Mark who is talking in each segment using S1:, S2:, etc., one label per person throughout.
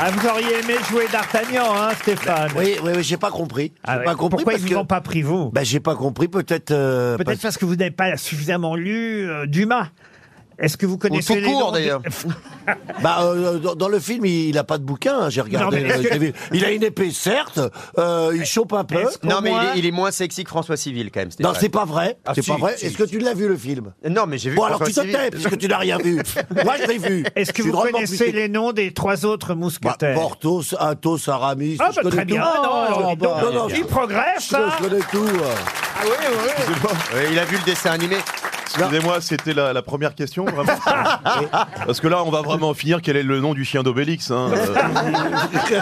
S1: Ah, vous auriez aimé jouer D'Artagnan, hein, Stéphane
S2: Bah, Oui, oui, oui, j'ai pas compris. J'ai
S1: Ah ouais.
S2: pas compris
S1: Pourquoi
S2: parce
S1: ils
S2: que-
S1: vous ont pas pris, vous
S2: Bah, j'ai pas compris, peut-être. euh,
S1: Peut-être parce...
S2: parce-
S1: que vous n'avez pas suffisamment lu euh, Dumas. Est-ce que vous connaissez
S3: tout
S1: les
S3: court,
S1: noms de-
S3: d'ailleurs.
S2: Bah, euh, dans, dans le film, il, il a pas de bouquin. hein, j'ai regardé.
S1: mais-
S2: euh, j'ai vu. Il a une épée, certes. euh, il chope un peu.
S1: Est-ce que-
S3: Non, mais
S1: moi-
S3: il est, il est moins sexy que François Civil, quand même.
S2: Non,
S3: Stéphane.
S2: c'est pas vrai.
S3: Ah,
S2: c'est
S3: si,
S2: pas vrai.
S3: si,
S2: Est-ce que
S3: si.
S2: tu l'as vu le film
S3: Non, mais j'ai vu.
S2: Bon, alors tu te
S3: François
S2: tais,
S3: Civil.
S2: parce que tu n'as rien vu. Moi, je l'ai vu.
S1: Est-ce que
S2: Je suis
S1: vous
S2: drôlement
S1: connaissez
S2: plus-
S1: les noms des trois autres
S2: Bah,
S1: mousquetaires
S2: Porthos, Athos, Aramis.
S1: Ah,
S2: je
S1: bah,
S2: connais
S1: très
S2: tout.
S1: bien. Ah, non, alors, dis donc,
S2: bah, non,
S1: il
S2: je-
S1: progresse. hein.
S2: Je connais tout. euh.
S3: Oui, il a vu le dessin animé.
S4: Excusez-moi, c'était la, la première question, vraiment. Parce que là, on va vraiment finir. Quel est le nom du chien d'Obélix hein, euh.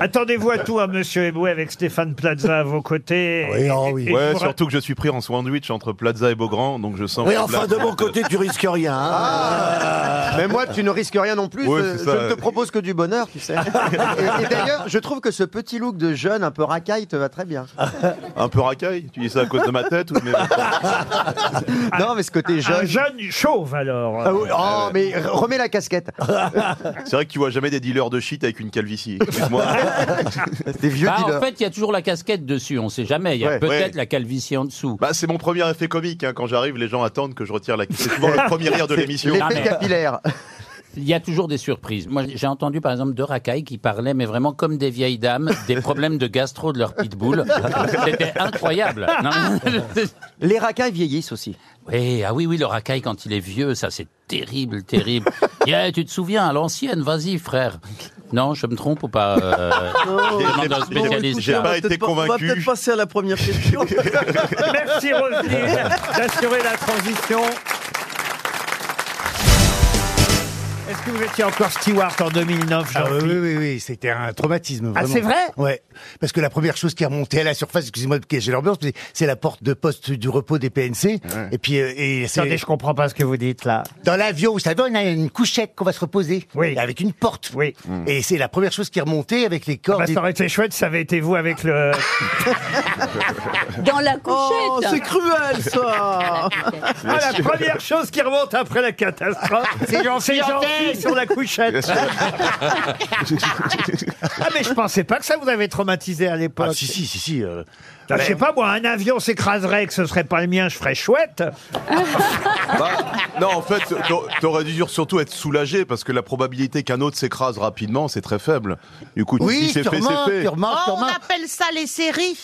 S1: Attendez-vous à tout à Monsieur Eboué avec Stéphane Plaza à vos côtés.
S2: Oui, oh oui.
S1: Et- et
S4: Euh, Ouais,
S1: vous-
S4: surtout que je suis pris en sandwich entre Plaza et Beaugrand, donc je sens.
S2: Oui,
S4: que
S2: enfin, de
S4: Plaza-
S2: mon côté, tu risques rien. hein.
S3: Mais moi, tu ne risques rien non plus.
S4: Ouais,
S3: euh,
S4: c'est
S3: je
S4: ça,
S3: ne
S4: ouais.
S3: te propose que du bonheur, tu sais. et et d'ailleurs, je trouve que ce petit look de jeune, un peu racaille, te va très bien.
S4: Un peu racaille. Tu dis ça à cause de ma tête ou de mes-
S3: non, mais ce côté
S1: Un
S3: jeune.
S1: jeune chauve, alors.
S3: Ah oui, oh, mais re- remets la casquette.
S4: C'est vrai que tu vois jamais des dealers de shit avec une calvitie. Excuse-moi.
S3: Des vieux
S5: Bah, en
S3: dealers.
S5: fait, il y a toujours la casquette dessus, on sait jamais. Il y a
S4: Ouais, ouais.
S5: peut-être la calvitie en dessous.
S4: Bah, c'est mon premier effet comique. hein. Quand j'arrive, les gens attendent que je retire la. C'est souvent le premier rire de l'émission.
S5: Ah,
S3: L'effet
S5: mais-
S3: capillaire.
S5: Il y a toujours des surprises. Moi, j'ai entendu par exemple deux racailles qui parlaient, mais vraiment comme des vieilles dames, des problèmes de gastro de leur pitbull. C'était incroyable. Non, mais-
S3: Les racailles vieillissent aussi.
S5: Oui, ah oui, oui, le racaille quand il est vieux, ça c'est terrible, terrible. Yeah, tu te souviens, à l'ancienne, vas-y frère. Non, je me trompe ou pas euh, je demande à un
S4: J'ai- j'ai-
S5: spécialiste,
S4: J'ai
S5: là.
S4: pas été convaincu.
S6: passer à la première question.
S1: Merci Roselyne d'assurer la transition. Est-ce que vous étiez encore Stewart en 2009, jean
S7: Ah oui, oui, oui, oui, c'était un traumatisme.
S1: Ah,
S7: vraiment.
S1: c'est vrai
S7: Ouais, parce que la première chose qui est remontée à la surface, excusez-moi de cacher l'ambiance, mais c'est la porte de poste du repos des PNC. Et puis, euh, et
S1: Attendez,
S7: c'est
S1: je comprends pas ce que vous dites là.
S7: dans l'avion, vous savez, on a une couchette qu'on va se reposer,
S1: Oui.
S7: avec une porte.
S1: Oui.
S7: Et c'est la première chose qui est remontée avec les
S6: Ah
S7: cordes.
S1: Bah, ça aurait été chouette, ça avait été vous avec le.
S8: Dans la couchette
S6: Oh, c'est cruel ça
S1: Ah, la première chose qui remonte après la catastrophe, c'est gentil sur la couchette. ah, mais je pensais pas que ça vous avait traumatisé à l'époque.
S7: Ah, si, si, si, si. euh.
S1: Ah, je sais pas, moi, un avion s'écraserait, que ce serait pas le mien, je ferais chouette.
S4: Bah, non, en fait, t'aur- t'aurais dû dire surtout être soulagé parce que la probabilité qu'un autre s'écrase rapidement, c'est très faible. Du coup, tu dis
S7: Oui,
S4: c'est
S7: tu
S4: fait, c'est
S7: remontes,
S4: fait.
S7: tu remontes,
S9: Oh,
S7: tu
S9: on
S7: remontes.
S9: appelle ça les séries.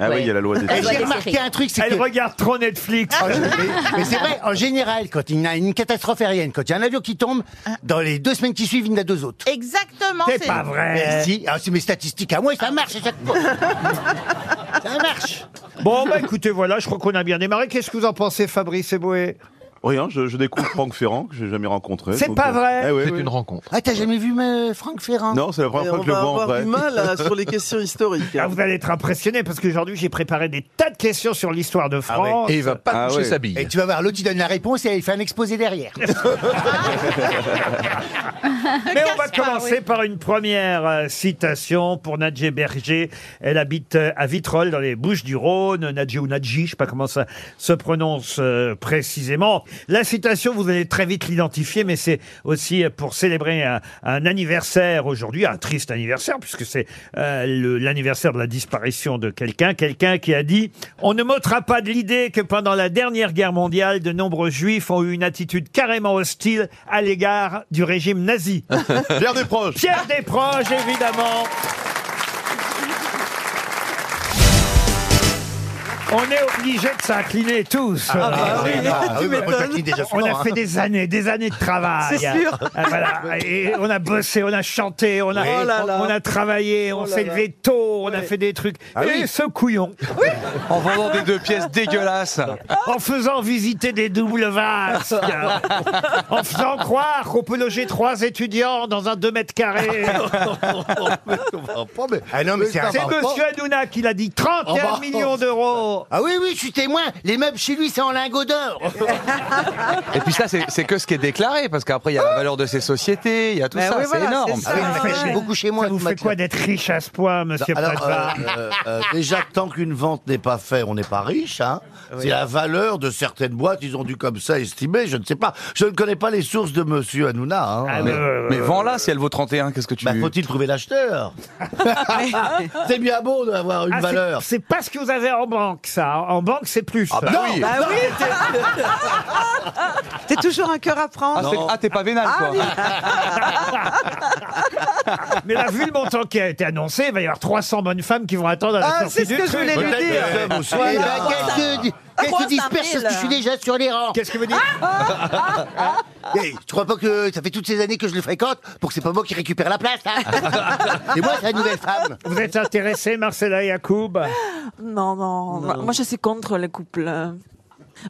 S4: Ah oui, il y a la loi des
S7: Et
S8: Ouais,
S7: j'ai
S8: des
S7: remarqué
S8: séries.
S7: un truc, c'est
S1: Elle
S7: que...
S1: regarde trop Netflix. Oh,
S7: Ah, je- mais mais c'est vrai, en général, quand il y a une catastrophe aérienne, quand il y a un avion qui tombe, dans les deux semaines qui suivent, il y en a deux autres.
S9: Exactement.
S1: C'est pas vrai.
S7: Mais si, ah, c'est mes statistiques à moi, ça marche à chaque fois. ça marche.
S1: Bon, bah écoutez, voilà, je crois qu'on a bien démarré. Qu'est-ce que vous en pensez, Fabrice Eboué
S4: Rien, hein, je, je découvre Franck Ferrand que j'ai jamais rencontré.
S1: C'est
S4: donc,
S1: pas
S4: euh,
S1: vrai
S4: eh ouais, ouais.
S6: rencontre.
S7: Ah, t'as jamais vu me... Franck Ferrand
S4: Non, c'est la
S6: Et
S4: première fois
S6: on
S4: que je le
S6: va
S4: vois en
S6: avoir
S4: vrai.
S6: du mal là, sur les questions historiques.
S1: Ah, Vous allez être impressionné parce qu'aujourd'hui, j'ai préparé des tas de questions sur l'histoire de France.
S6: il va pas toucher sa bille.
S7: Et tu vas voir, l'autre il donne la réponse et il fait un exposé derrière.
S1: Mais on va
S9: casse pas,
S1: commencer par une première euh, citation pour Nadje Berger. Elle habite euh, à Vitrolles, dans les Bouches-du-Rhône. Nadje ou Nadji, je sais pas comment ça se prononce euh, précisément. La citation, vous allez très vite l'identifier, mais c'est aussi euh, pour célébrer un, un anniversaire aujourd'hui, un triste anniversaire, puisque c'est euh, le- l'anniversaire de la disparition de quelqu'un. Quelqu'un qui a dit « On ne m'ôtera pas de l'idée que pendant la dernière guerre mondiale, de nombreux juifs ont eu une attitude carrément hostile à l'égard du régime nazi. »
S4: Pierre Desproges.
S1: Pierre Desproges, évidemment. On est obligé de s'incliner tous.
S6: bah oui, tu
S7: bah, moi, je
S6: m'étonnes.
S7: taquine déjà souvent,
S1: On
S7: hein.
S1: a fait des années, des années de travail.
S6: C'est sûr.
S1: Ah, voilà. Et on a bossé, on a chanté, on a,
S6: Oui. Oh là là. Oh
S1: on a travaillé, on
S6: là
S1: s'est
S6: là. Ah
S1: levé tôt, on a fait des trucs. Et ce couillon,
S3: En vendant des deux pièces dégueulasses.
S1: en faisant visiter des doubles vasques, en faisant croire qu'on peut loger trois étudiants dans un 2 mètres carrés.
S2: Oh, mais-
S7: Ah non, mais c'est un
S1: C'est
S7: rapport.
S1: Monsieur Hanouna qui l'a dit. 31
S2: Oh bah.
S1: millions d'euros. Marceau.
S7: Ah oui, oui, je suis témoin. Les meubles chez lui, c'est en lingots d'or.
S1: Ah,
S8: Et puis ça, c'est c'est que ce qui est déclaré, parce qu'après, il y a la valeur de ces sociétés, il y a tout
S6: Ben
S8: ça,
S6: oui,
S8: c'est
S6: voilà,
S8: énorme.
S6: c'est
S7: Ah
S6: ça.
S7: oui, il m'a fait chier beaucoup chez moi.
S1: Ça vous
S7: tout
S1: fait
S7: matin.
S1: quoi d'être riche à ce point, monsieur
S2: Alors, euh,
S1: Plaza
S2: euh, euh, déjà, tant qu'une vente n'est pas faite, on n'est pas riche. hein. C'est la valeur de certaines boîtes, ils ont dû comme ça estimer, je ne sais pas. Je ne connais pas les sources de monsieur Hanouna. hein.
S1: Ah,
S8: Mais,
S1: euh,
S8: mais vends-la si elle vaut 31, qu'est-ce que tu
S2: Bah, faut-il trouver l'acheteur C'est bien beau d'avoir une
S1: ah, c'est-
S2: valeur.
S1: C'est pas ce que vous avez en banque, ça. En banque, c'est plus.
S4: Ah bah oui.
S6: Bah oui, t'es- t'es toujours un cœur à
S8: Ah,
S6: prendre.
S8: c'est- ah, t'es pas vénal,
S6: Ah
S8: quoi.
S6: oui.
S1: Mais là, vu le montant qui a été annoncé, il va y avoir 300 bonnes femmes qui vont attendre à la
S6: Ah,
S1: sortie
S6: c'est ce
S1: du
S6: que je
S1: truc.
S6: voulais lui
S2: Peut-être euh,
S6: dire.
S2: des hommes aussi.
S7: Eh ben, qu'est-ce que, qu'est-ce que tu disperses parce que je suis déjà sur les rangs
S1: Qu'est-ce que vous dites
S7: Eh, Tu crois pas que ça fait toutes ces années que je le fréquente pour que c'est pas moi qui récupère la place hein C'est moi, c'est la nouvelle femme.
S1: Vous êtes intéressé, Marcella Yacoub
S9: Non, non, moi- Moi, je suis contre les couples.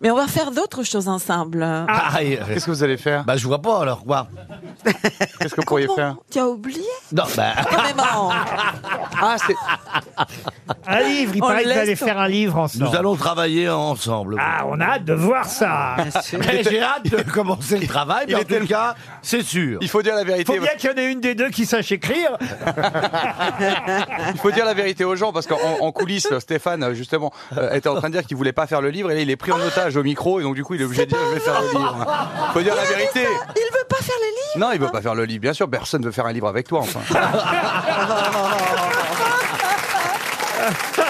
S9: Mais on va faire d'autres choses ensemble.
S10: Ah,
S2: Aïe.
S8: Qu'est-ce que vous allez faire
S2: Ah, Bah, je vois pas alors quoi.
S8: Qu'est-ce que vous pourriez
S9: Bon,
S8: faire
S9: tu as oublié
S2: Non, bah.
S9: Quand même, on-
S8: Ah, c'est.
S1: Un livre, il
S9: On
S1: paraît que vous
S9: laisse
S1: allez
S9: ton-
S1: faire un livre ensemble.
S2: Nous allons travailler ensemble.
S1: Ah, on a hâte de voir ça
S2: Mais J'ai hâte de commencer le travail, mais en tout cas, c'est sûr.
S8: Il faut dire la vérité.
S1: Faut bien qu'il y en ait une des deux qui sache écrire.
S8: Il faut dire la vérité aux gens parce qu'en en coulisses, Stéphane justement euh, était en train de dire qu'il voulait pas faire le livre et là il est pris en otage au micro et donc du coup il est obligé de dire je vais faire le livre. Il faut dire la vérité.
S9: Il veut pas faire les livres
S8: Non, il veut pas faire le livre, bien sûr. Personne veut faire un livre avec toi enfin.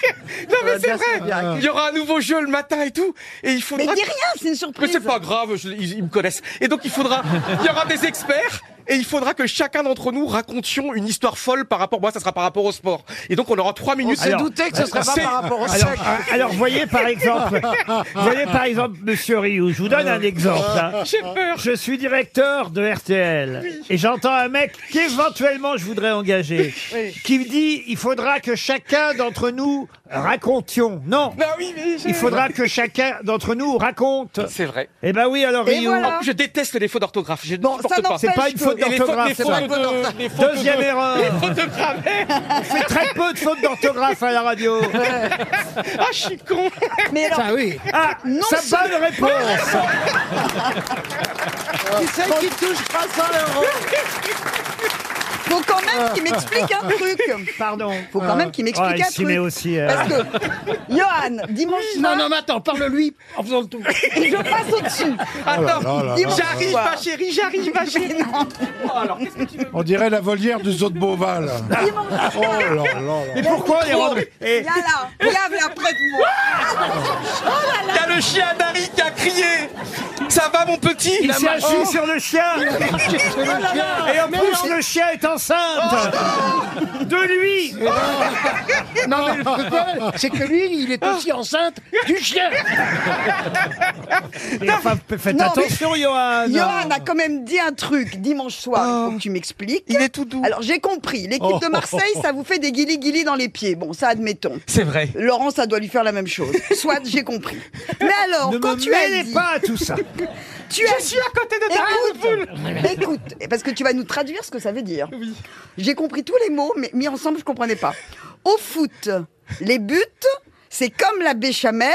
S11: mais c'est vrai. Il y aura un nouveau jeu le matin et tout, et il faudra.
S10: Mais dis rien, c'est une surprise.
S11: Mais c'est pas grave, je- ils, ils me connaissent. Et donc il faudra, il y aura des
S10: hein.
S11: experts. Et il faudra que chacun d'entre nous racontions une histoire folle par rapport. Moi, ça sera par rapport au sport. Et donc, on aura trois minutes.
S1: Alors- C'est- alors, euh, Alors, voyez par exemple, voyez par exemple, Monsieur Rioux, je vous donne un exemple.
S10: Euh.
S1: hein.
S11: J'ai peur.
S1: Je suis directeur de RTL et j'entends un mec qu'éventuellement je voudrais engager,
S11: Oui.
S1: qui me dit il faudra que chacun d'entre nous racontions. Non.
S8: Bah
S1: Il faudra que chacun d'entre nous raconte.
S11: C'est vrai.
S1: Eh ben oui, alors Rioux.
S11: En plus, Je déteste les fautes d'orthographe. Je ne supporte
S1: ça
S11: pas.
S1: n'empêche C'est pas une faute que-
S11: Et les fautes-
S1: d'orthographe,
S11: les
S1: c'est pas
S11: fautes
S1: une faute
S11: de-
S1: d'orthographe.
S11: les fautes de-
S1: Deuxième erreur.
S11: Les fautes de grammaire.
S1: On fait très peu de fautes d'orthographe à la radio.
S11: Ah, je suis con.
S10: Mais alors,
S1: Ah,
S10: non
S1: ça
S10: seul-
S1: bonne réponse.
S10: Qui c'est qui touche 300 euros Faut quand même qu'il m'explique un truc.
S1: Pardon.
S10: Faut quand même qu'il m'explique
S1: Ouais, il
S10: un
S1: s'y
S10: truc. Oh
S1: met aussi, euh.
S10: Parce que, Johan, dimanche soir.
S11: Non, non, mais
S10: attends, parle-lui en faisant le tout. Et je passe au-dessus.
S11: Attends,
S10: dimanche
S11: j'arrive,
S10: soir.
S11: ma chérie, j'arrive, ma chérie. Oh, alors, qu'est-ce que tu
S12: On dirait la volière du zoo de Beauval.
S11: Ah,
S10: Ah.
S12: Oh là là là.
S1: Mais pourquoi les rendre
S10: Il y a Oh, là, il y avait après de moi. Ah.
S11: Il y a le chien d'Harry qui a crié Ça va mon petit
S1: Il s'est assis sur le chien Oh
S11: Il a marché sur le chien.
S1: Et en
S11: Mais
S1: plus,
S11: non.
S1: le chien est enceinte De lui
S13: Non, mais le problème, c'est que lui, il est aussi enceinte du chien.
S1: Mais enfin, f- faites
S10: Non,
S1: attention,
S10: mais-
S1: Johan
S10: Ah, Johan a quand même dit un truc dimanche soir, il faut que tu m'expliques. Oh. Il est Oh. tout doux. Alors j'ai compris, l'équipe de Marseille, ça vous fait des guilis-guilis dans les pieds. Bon, ça admettons.
S11: C'est vrai.
S10: Laurent, ça doit lui faire la même chose. Soit j'ai compris. Mais alors,
S1: Ne
S10: quand
S1: me
S10: tu as
S1: mêlez
S10: dit,
S1: pas à tout ça
S10: tu as suis à côté de ta écoute, écoute, parce que tu vas nous traduire ce que ça veut dire. J'ai compris tous les mots, mais mis ensemble, je comprenais pas. Au foot, les buts, c'est comme la béchamel,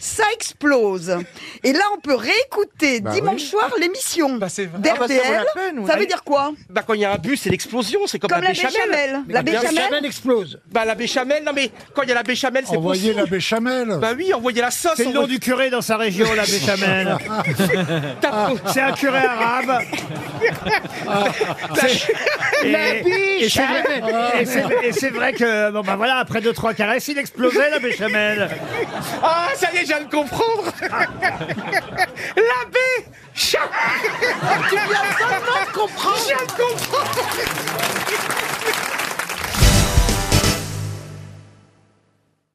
S10: ça explose. Et là, on peut réécouter
S11: Bah
S10: dimanche
S11: oui.
S10: soir l'émission d'RTL.
S11: Ah bah, ça vaut la peine, ouais.
S10: ça veut dire quoi
S11: Bah quand il y a un bus, c'est l'explosion, c'est comme,
S10: Comme la
S11: béchamel.
S10: béchamel. La
S11: Mais bien sûr.
S10: béchamel
S11: explose. Bah la béchamel, non mais quand il y a la béchamel, c'est
S12: Envoyez
S11: possible.
S12: la béchamel.
S11: Bah oui, envoyez la sauce.
S1: C'est le nom
S11: envoyez-
S1: du curé dans sa région, la béchamel C'est un curé arabe
S11: Ah.
S1: C'est- et-
S11: La
S1: et c'est vrai-
S11: béchamel.
S1: et c'est- Et c'est vrai que, bon bah voilà, après deux, trois caresses, il explosait, la béchamel
S11: Ah ça y est, je viens de comprendre. la béchamel. tu viens seulement de comprendre. Je viens de comprendre.